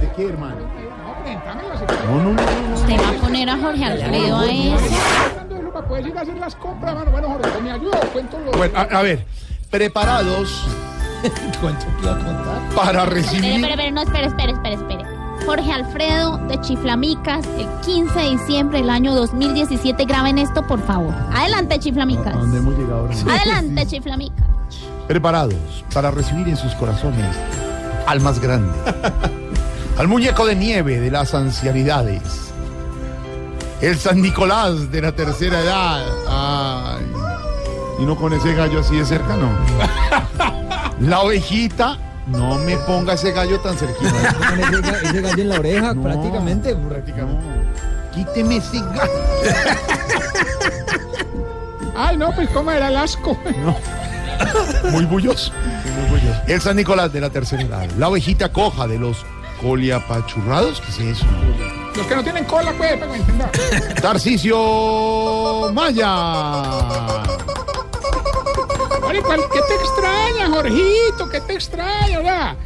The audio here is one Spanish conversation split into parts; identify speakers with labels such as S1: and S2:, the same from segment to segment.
S1: ¿De qué, hermano? No, no, no, no.
S2: Usted va a poner a Jorge Alfredo a eso.
S3: Puedes ir a hacer las compras, mano. Bueno, Jorge, me ayuda, cuento lo
S1: Bueno, a, a ver, preparados
S3: ¿Cuánto te iba a contar?
S1: para
S2: Espere,
S1: recibir.
S2: espere, espere, no, espere, espere, espere, espere. Jorge Alfredo de Chiflamicas, el 15 de diciembre del año 2017. Graben esto, por favor. Adelante, Chiflamicas.
S1: ¿A dónde hemos llegado, hermano?
S2: Adelante, Chiflamicas.
S1: Preparados para recibir en sus corazones al más grande, al muñeco de nieve de las ancianidades, el San Nicolás de la tercera edad. Ay, y no con ese gallo así de cerca, no. La ovejita, no me ponga ese gallo tan cerquita.
S3: Pongan Ese, ga- ese gallo en la oreja,
S1: No.
S3: prácticamente.
S1: prácticamente. Quíteme ese gallo.
S3: Ay, no, pues cómo era el asco.
S1: Muy bulloso. El San Nicolás de la tercera edad. La ovejita coja de los coliapachurrados. ¿Qué es eso?
S3: Los que no tienen cola, pues, para que me entienda.
S1: Tarcicio Maya.
S3: Oye, ¿cuál- ¿qué te extraña, Jorgito? ¿Qué te extraña? O sea,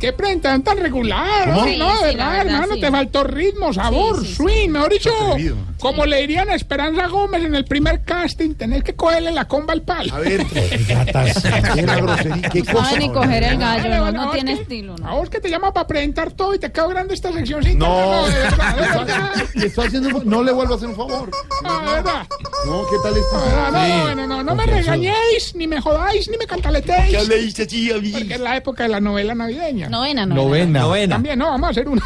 S3: qué presentación tan regular.
S1: ¿Cómo?
S3: ¿no?
S2: Sí,
S3: no,
S2: sí,
S3: de
S2: la
S3: verdad,
S2: verdad,
S3: hermano,
S2: sí.
S3: te faltó ritmo, sabor,
S2: Sí, sí, sí.
S3: swing, mejor dicho.
S1: Atrevido.
S3: Como le dirían a Esperanza Gómez en el primer casting, tenés que cogerle la comba al palo.
S1: A ver, ya, Tarcisio, era grosería. ¿Qué cosa?
S4: sabe ni coger el
S3: Dale,
S4: gallo,
S3: bueno,
S4: no, no
S3: ahora
S4: tiene
S3: que-
S4: estilo. No.
S3: Ahora que te llama para presentar todo y te quedo grande esta sección sin
S1: No,
S3: de verdad, de verdad.
S1: le estoy haciendo un fa- no le vuelvo a hacer un favor.
S3: Ah, de verdad.
S1: No, ¿qué tal esto?
S3: Ah, No, no, bueno, no, no me regañéis, ni me jodáis, ni me cantaletéis.
S1: Ya le diste así a mí.
S3: Porque es la época de la novela navideña.
S2: Novena, novena.
S5: Novena.
S3: También, no, vamos a hacer una.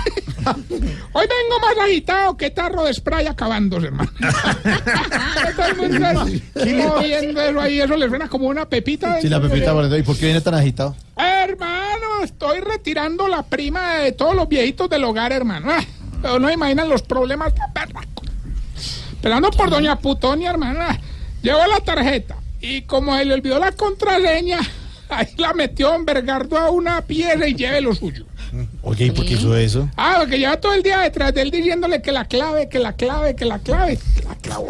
S3: Hoy vengo más agitado que tarro de spray acabándose, hermano. Todo el mundo es- moviendo eso ahí, eso le suena como una pepita. de-
S5: Sí, la pepita, bueno, ¿y por qué viene tan agitado?
S3: Hermano, estoy retirando la prima de todos los viejitos del hogar, hermano. Ah, pero no imaginan los problemas de berraco. Esperando por doña Putonia, hermano. Ah, Llevo la tarjeta y como se le olvidó la contraseña, ahí la metió en Bergardo a una pieza y lleve lo suyo.
S5: Oye, ¿y por qué hizo eso?
S3: Ah, porque lleva todo el día detrás de él diciéndole que la clave, que la clave, que la clave. La clavó.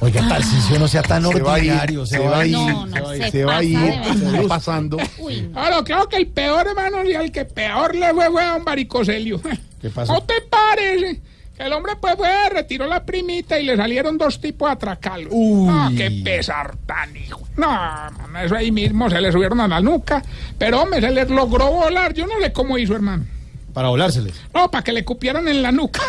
S5: Oiga, Tarcisio, no sea tan
S1: Se va a ir,
S5: ordinario.
S1: se va a ir,
S2: No, no,
S1: se va a ir,
S2: se
S1: se va a
S2: pasa
S1: ir,
S2: de
S1: se va pasando.
S2: Uy,
S3: Ahora, claro que el peor, hermano, y al que peor le fue fue a don Baricoselio.
S5: ¿Qué pasó?
S3: ¿No te parece? Que el hombre pues fue, retiró la primita y le salieron dos tipos a atracarlo.
S5: Uy.
S3: Ah, qué pesar tan hijo. No, mano, eso ahí mismo se le subieron a la nuca. Pero hombre, se les logró volar. Yo no sé cómo hizo, hermano.
S5: Para volársele.
S3: No, para que le cupieran en la nuca.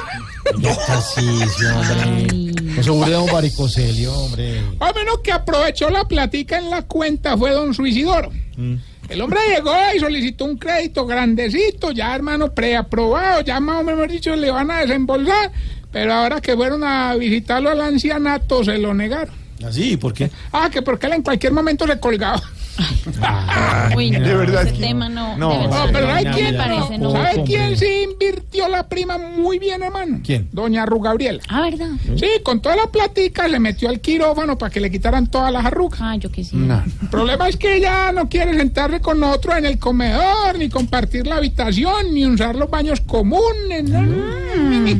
S5: Oiga, Tarcisio, hombre. No se burle de un baricoselio, hombre.
S3: A menos que aprovechó la platica en la cuenta fue don Suicidoro.
S5: Mm.
S3: El hombre llegó y solicitó un crédito grandecito, ya hermano preaprobado, ya más o menos dicho le van a desembolsar, pero ahora que fueron a visitarlo al ancianato se lo negaron.
S5: ¿Así? ¿Por qué?
S3: Ah, que porque él en cualquier momento le colgaba.
S2: uy, no,
S1: De verdad
S2: ese
S1: que-
S2: tema no.
S1: no,
S2: de verdad,
S3: No, pero ¿sabe
S2: no
S3: quién?
S2: me parece,
S3: no?
S2: no.
S3: ¿Sabe
S5: Hombre.
S3: quién se invirtió la prima muy bien, hermano?
S5: ¿Quién?
S3: Doña Ru Gabriela.
S2: Ah, ¿verdad?
S3: Sí, con toda la platica le metió al quirófano para que le quitaran todas las arrugas.
S2: Ah, yo que sí.
S1: No,
S3: El problema es que ella no quiere sentarse con otro en el comedor, ni compartir la habitación, ni usar los baños comunes. no, no, no.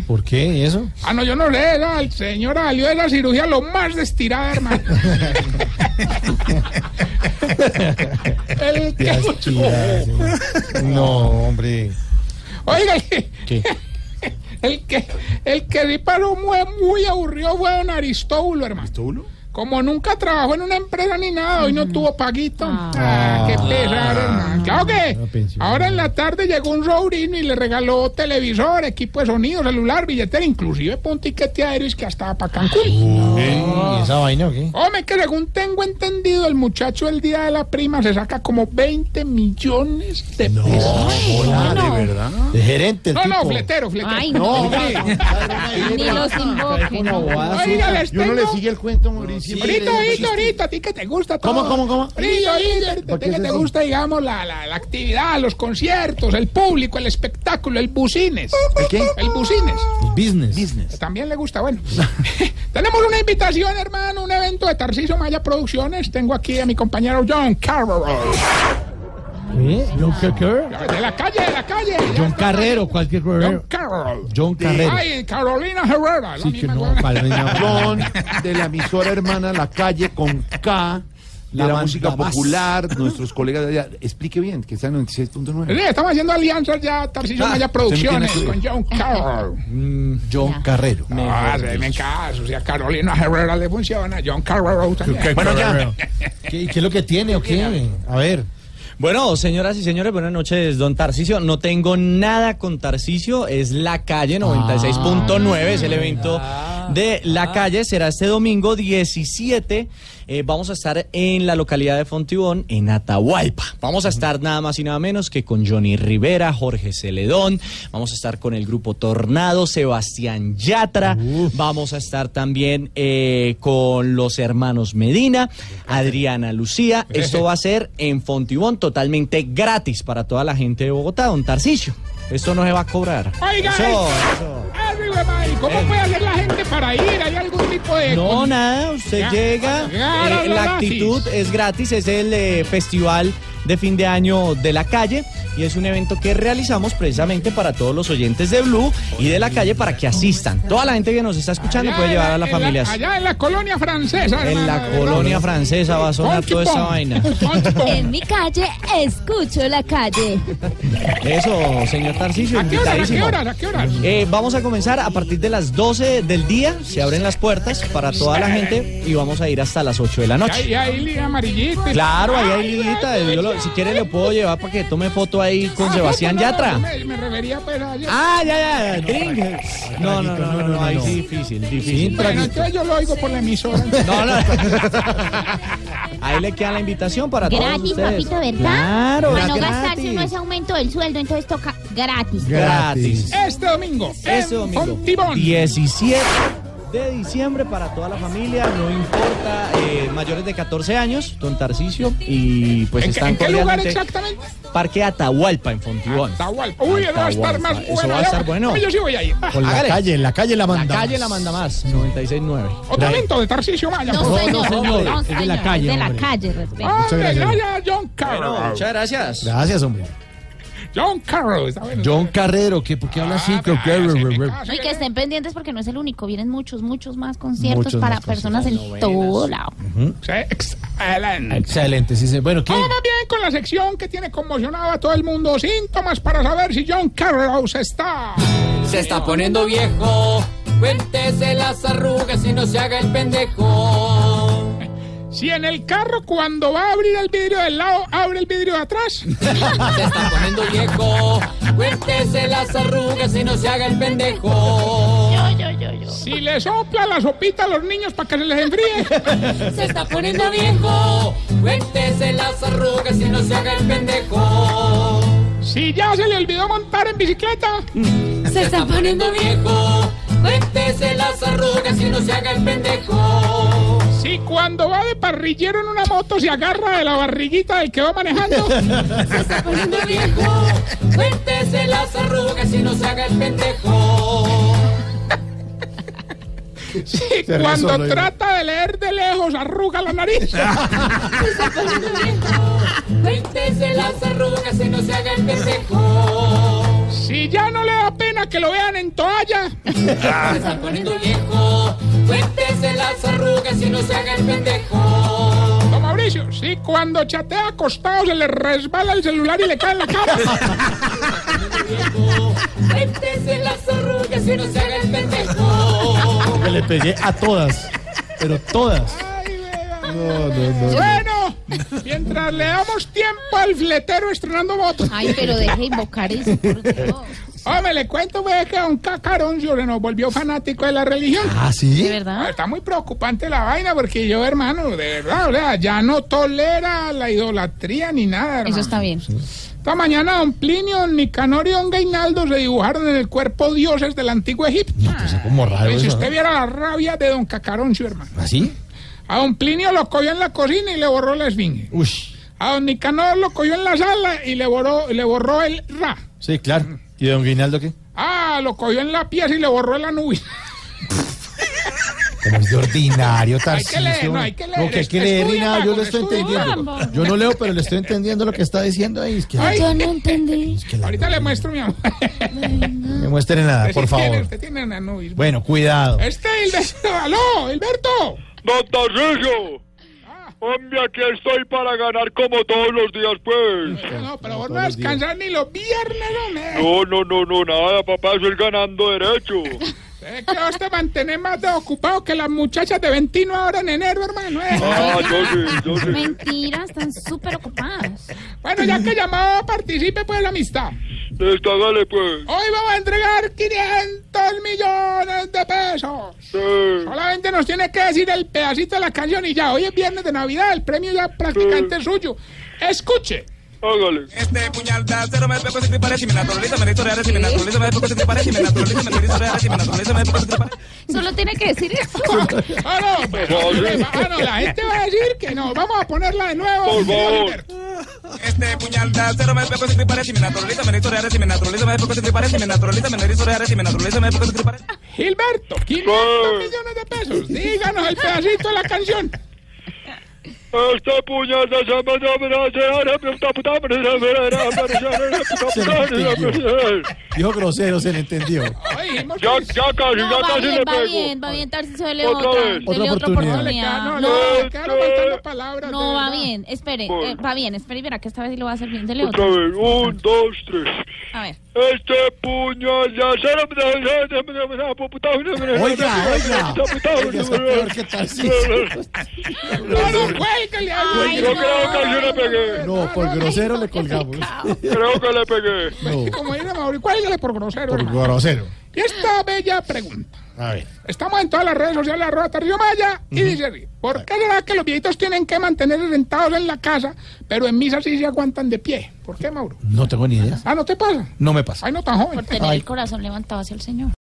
S5: ¿Por qué? ¿Y eso?
S3: Ah, no, yo no sé, no, el señor salió de la cirugía lo más destirada, hermano. El que-
S5: Ya es chida, sí. No, hombre.
S3: oiga, el que,
S5: ¿Qué?
S3: el que, el que sí paró muy, muy aburrido fue don Aristóbulo, hermano. Como nunca trabajó en una empresa ni nada, hoy no tuvo paguito. Ah, qué pesar, hermano. Claro
S5: Una
S3: que
S5: pensión.
S3: ahora en la tarde llegó un sobrino y le regaló televisor, equipo de sonido, celular, billetera, inclusive pa' un tiquete aéreo es que hasta para Cancún.
S5: ¿Y esa vaina o qué?
S3: Hombre, que según tengo entendido, el muchacho el día de la prima se saca como 20 millones de pesos.
S1: Hola, de verdad.
S5: De gerente, el
S3: No,
S5: tipo.
S3: no, fletero, fletero.
S2: Ay,
S5: No,
S2: no.
S5: hombre.
S2: Ni los invoque.
S5: Una
S2: no.
S5: bobada
S3: Oiga,
S5: suya.
S3: les
S1: Y uno
S3: tengo...
S1: le sigue el cuento, Mauricio.
S5: Sí,
S3: Ahorita,
S5: le-
S3: ahorita, ahorita, a ti que te gusta todo.
S5: ¿Cómo, cómo, cómo?
S3: Ahorita, ahorita, a
S5: ¿Por
S3: ti
S5: qué
S3: que
S5: es
S3: te
S5: eso?
S3: gusta, digamos, la, la, la actividad, los conciertos, el público, el espectáculo, el bucines.
S1: ¿El qué?
S3: El bucines.
S5: Pues Business.
S1: Business.
S3: También le gusta, bueno. Tenemos una invitación, hermano, un evento de Tarciso Maya Producciones. Tengo aquí a mi compañero John Carroll.
S5: ¿Qué? ¿John Carrero?
S3: De la calle, de la calle.
S5: John Carrero, cualquier
S3: John
S5: Carrero.
S3: Carroll.
S5: John Carrero.
S3: Ay, Carolina Herrera. la
S5: Sí, que
S3: misma
S5: no,
S3: huevona.
S5: cuál doña Flor.
S4: Don de la emisora hermana La Calle con K, de
S5: La
S4: la,
S5: man-
S4: música
S5: la más.
S4: popular, nuestros colegas de allá. Explique bien, que está en 96.9.
S3: Sí, estamos haciendo alianzas ya, Tarciso
S4: Ah,
S3: Maya Producciones,
S4: usted me
S3: con
S4: tiene
S3: John Carroll.
S5: John Carrero.
S3: Ah, se me caso. Si a Carolina Herrera le funciona, John Carroll también.
S5: Bueno, ya. ¿Qué, y ¿Qué es lo que tiene o qué? A ver.
S6: Bueno, señoras y señores, buenas noches, don Tarcicio. No tengo nada con Tarcicio, es La Calle 96.9, es el evento de La Calle. Será este domingo 17. eh, vamos a estar en la localidad de Fontibón, en Atahualpa. Vamos a estar nada más y nada menos que con Johnny Rivera, Jorge Celedón. Vamos a estar con el grupo Tornado, Sebastián Yatra. Vamos a estar también eh, con los hermanos Medina, Adriana Lucía. Esto va a ser en Fontibón, totalmente gratis para toda la gente de Bogotá, don Tarcicio. Esto no se va a cobrar.
S3: Oiga,
S6: Eso,
S3: eso.
S6: eso. Eh.
S3: Ay, mi mamá, ¿y ¿Cómo puede hacer la gente para ir? ¿Hay algún tipo de.?
S6: No,
S3: con-
S6: nada, usted
S3: Ya,
S6: llega,
S3: ya,
S6: eh,
S3: ya,
S6: la
S3: gratis.
S6: actitud es gratis, es el eh, festival de fin de año de la calle y es un evento que realizamos precisamente para todos los oyentes de Blue y de la calle para que asistan. Toda la gente que nos está escuchando
S3: Allá
S6: puede
S3: en
S6: llevar a la
S3: en la-
S6: familia.
S3: Allá en la colonia francesa.
S6: En
S3: hermana,
S6: la
S3: de
S6: colonia
S3: Londres.
S6: francesa va a sonar
S3: Ponky
S6: toda esta
S3: Pong.
S6: vaina.
S3: Ponky Pong.
S7: En mi calle escucho la calle.
S6: Eso, señor Tarcisio,
S3: ¿A qué horas? ¿A qué
S6: invitadísimo.
S3: horas? ¿A qué horas?
S6: Eh, vamos a comenzar a partir de las 12 del día, se abren las puertas para toda la gente y vamos a ir hasta las 8 de la
S3: Y
S6: noche.
S3: ahí, ahí, Lía Amarillita.
S6: Claro, ahí hay
S3: Ay,
S6: Lidita.
S3: ay,
S6: yo lo- si quiere le puedo llevar para que tome foto ahí con
S3: ah,
S6: Sebastián
S3: no, no, no,
S6: Yatra.
S3: Me, me refería pues a.
S6: Ah, ya, ya, ya, drink. No, no, no, no, no, ahí sí, difícil, difícil.
S3: bueno, entonces yo lo oigo por la emisora.
S6: No, no. Ahí le queda la invitación para todos
S2: Gratis,
S6: ustedes.
S2: papito, ¿verdad?
S6: Claro,
S2: Para
S6: es
S2: no gastarse
S6: gratis.
S2: uno ese aumento del sueldo, entonces toca gratis.
S6: Gratis.
S3: Este domingo.
S6: Este
S3: en
S6: domingo,
S3: Fontibón.
S6: 17 de diciembre para toda la familia, no importa, eh, mayores de 14 años, don Tarcicio, y pues
S3: ¿En, qué-
S6: están
S3: en qué lugar
S6: cordialmente-
S3: exactamente?
S6: Parque Atahualpa en Fontibón.
S3: Atahualpa. Uy, eso va a estar
S6: Atahualpa.
S3: más
S6: Eso
S3: bueno.
S6: va a
S3: ya.
S6: estar bueno.
S3: Yo sí voy a ir. Ah,
S5: Con la
S6: Hágale.
S5: calle, la calle la
S6: La
S5: manda.
S6: calle
S5: más.
S6: la manda más, 96.9.
S3: Otro evento de Tarcisio Maya.
S2: No,
S3: por favor.
S2: señor,
S5: señor,
S2: no,
S5: es de la
S2: señor,
S5: calle,
S2: Es de la
S5: hombre.
S2: calle, respeto.
S3: Hombre,
S5: Muchas gracias.
S3: ya, ya, John Carroll.
S6: Bueno, muchas gracias.
S5: Gracias, hombre.
S3: John Carroll. está bueno.
S5: John Carrero, ¿qué, ¿por qué habla así?
S3: Ah,
S5: Con
S3: ah,
S5: Carrero,
S3: sí,
S5: re- re-
S3: caso,
S2: No, y que
S3: eh.
S2: estén pendientes porque no es el único, vienen muchos, muchos más conciertos
S5: Muchos
S2: para
S5: más
S2: personas en todo lado.
S3: Sí, Excelente.
S5: Excelente, sí, sí. Bueno, ¿qué?
S3: Vamos bien con la sección que tiene conmocionado a todo el mundo. Síntomas para saber si John Carroll se está.
S8: Se está poniendo viejo. Cuéntese las arrugas y no se haga el pendejo.
S3: Si en el carro cuando va a abrir el vidrio del lado, abre el vidrio de atrás.
S8: Se está poniendo viejo. Cuéntese las arrugas y no se haga el pendejo.
S3: Si le sopla la sopita a los niños para que se les enfríe.
S8: Se está poniendo viejo. Cuéntese las arrugas y no se haga el pendejo.
S3: Si ya se le olvidó montar en bicicleta.
S8: Se está poniendo viejo. Cuéntese las arrugas y no se haga el pendejo.
S3: Si cuando va de parrillero en una moto se agarra de la barriguita del que va manejando.
S8: Se está poniendo viejo. Cuéntese las arrugas y no se haga el pendejo.
S3: Si
S1: rió
S3: cuando
S1: solo, yo.
S3: trata de leer de lejos arruga la nariz.
S8: Cuéntese las arrugas y no se haga el pendejo.
S3: Si ya no le da pena que lo vean en toalla.
S8: Se está poniendo viejo. Cuéntese las arrugas y no se haga el pendejo.
S3: Don Mauricio, si cuando chatea acostado se le resbala el celular y le cae en la cara.
S8: Cuéntese las arrugas y no se haga el pendejo.
S5: Que le pegué a todas, pero todas.
S3: Ay, Bueno, mientras le damos tiempo al fletero estrenando moto.
S2: Ay, pero deje invocar eso, por Dios.
S3: Hombre, le cuento, ve que don Cacarón se nos volvió fanático de la religión.
S5: Ah,
S2: ¿De
S5: sí.
S3: Ah,
S2: verdad?
S3: Está muy preocupante la vaina porque yo, hermano, de verdad, o sea, ya no tolera la idolatría ni nada, hermano.
S2: Eso está bien.
S3: Esta mañana don Plinio, don Nicanor y don Gainaldo se dibujaron en el cuerpo dioses del antiguo Egipto.
S5: Pues es como raro
S3: Y si
S5: eso.
S3: usted
S5: ¿no?
S3: viera la rabia de don Cacaroncio, hermano.
S5: ¿Así?
S3: A don Plinio lo cogió en la cocina y le borró la esfinge.
S5: Uy.
S3: A don Nicanor lo cogió en la sala y le borró, le borró el ra.
S5: Sí, claro. ¿Y de don Guinaldo qué?
S3: Ah, lo cogió en la pieza y le borró la nube.
S5: Como es de ordinario,
S3: Hay que
S5: Tarcisio.
S3: leer, no, hay que leer.
S5: No, que hay que leer ni
S3: Estudia,
S5: nada, yo
S3: Paco,
S5: lo estoy
S3: estudia.
S5: entendiendo. Yo no leo, pero le estoy entendiendo lo que está diciendo ahí. Es que
S3: Ay,
S9: Yo no entendí.
S5: es que la-
S3: Ahorita le muestro mi amor.
S5: no me muestren nada, Ah, por
S3: Usted tiene-
S5: favor.
S3: Usted tiene Anubis.
S5: Bueno, cuidado.
S3: Este, Hilberto, aló, Hilberto.
S8: Don Tarcisio,
S2: Ah.
S8: hombre, aquí estoy para ganar como todos los días, pues.
S3: Eh, No, pero vos no descansás ni los viernes, hombre.
S8: No, no, no, no, nada, papá, eso es ganando derecho.
S3: Es que vos te mantenés más de ocupado que las muchachas de 21 ahora en enero, hermano. eh.
S8: Ah, yo sí, yo sí.
S2: Mentira, están súper ocupadas.
S3: Bueno, ya que llamado, participe pues de la amistad.
S8: Listo, hágale, pues.
S3: Hoy vamos a entregar 500 millones de pesos.
S8: Sí.
S3: Solamente nos tiene que decir el pedacito de la canción y ya. Hoy es viernes de Navidad, el premio ya prácticamente es suyo. Escuche.
S8: Hágale.
S6: Este puñal de acero me pego si te parece, me naturaliza, me naturaliza, me naturaliza, me pego si te parece, me naturaliza, me naturaliza, me naturaliza, me pego si te parece.
S2: Solo tiene que decir eso.
S3: Ah, no, pero- ah, no, la gente va a decir que no. Vamos a ponerla de nuevo.
S8: Por favor.
S3: Alberto.
S6: Este puñal de acero me pego si te parece, me naturaliza, me naturaliza, me naturaliza, me pego si te parece, me naturaliza, me naturaliza, me naturaliza, me pego si te parece.
S3: Gilberto, 500
S8: Pues,
S3: millones de pesos. Díganos el pedacito de la canción.
S8: Este puñal de se me dio, mira, se hará, pero está puta, pero se me hará, pero se hará, pero está puta, pero se me hará.
S5: Dijo grosero, se le entendió.
S3: Ay, dijimos
S8: Ya,
S3: que-
S8: ya
S2: No,
S8: casi, ya
S2: va
S8: casi
S2: bien,
S8: le
S2: va
S8: pego.
S2: bien, va bien, Tarcisio, dele
S8: Otra
S2: otra,
S8: vez.
S2: dele
S5: Otra
S2: otra
S5: oportunidad.
S3: le queda-
S2: oportunidad.
S3: no,
S2: No,
S3: no, le quedaron faltando palabras.
S2: no
S3: de
S2: va
S3: verdad.
S2: bien, espere,
S8: Por-
S2: eh, va bien, espere, verá que esta vez sí lo va a hacer bien, dele
S8: Otra
S2: otra.
S8: vez, un, dos, tres.
S2: A ver.
S8: Este puñal de acero me dio, se me dio, me dio, me dio, puta, me dio, me dio,
S5: Oiga, oiga.
S8: puta, puta, me
S5: Oiga,
S8: dio,
S5: está
S8: me dio.
S5: peor que Tarcisio.
S3: No, no, cuélgale. ay,
S2: Ay,
S3: ay,
S8: Yo
S2: no.
S8: creo que yo le pegué.
S5: No, por grosero le colgamos.
S8: Creo que le pegué.
S5: No,
S3: Como dice Mauri, cuélgale por grosero.
S5: por
S3: hermano.
S5: grosero.
S3: Y esta bella pregunta.
S5: A ver.
S3: Estamos en todas las redes sociales, arroba Tarrio Maya, y dice así, ¿por qué será que los viejitos tienen que mantenerse sentados en la casa, pero en misa sí se aguantan de pie? ¿Por qué, Mauro?
S5: No tengo ni idea.
S3: Ah, ¿no te pasa?
S5: No me pasa.
S3: Ay, no tan joven.
S2: Por tener el corazón levantado hacia el Señor.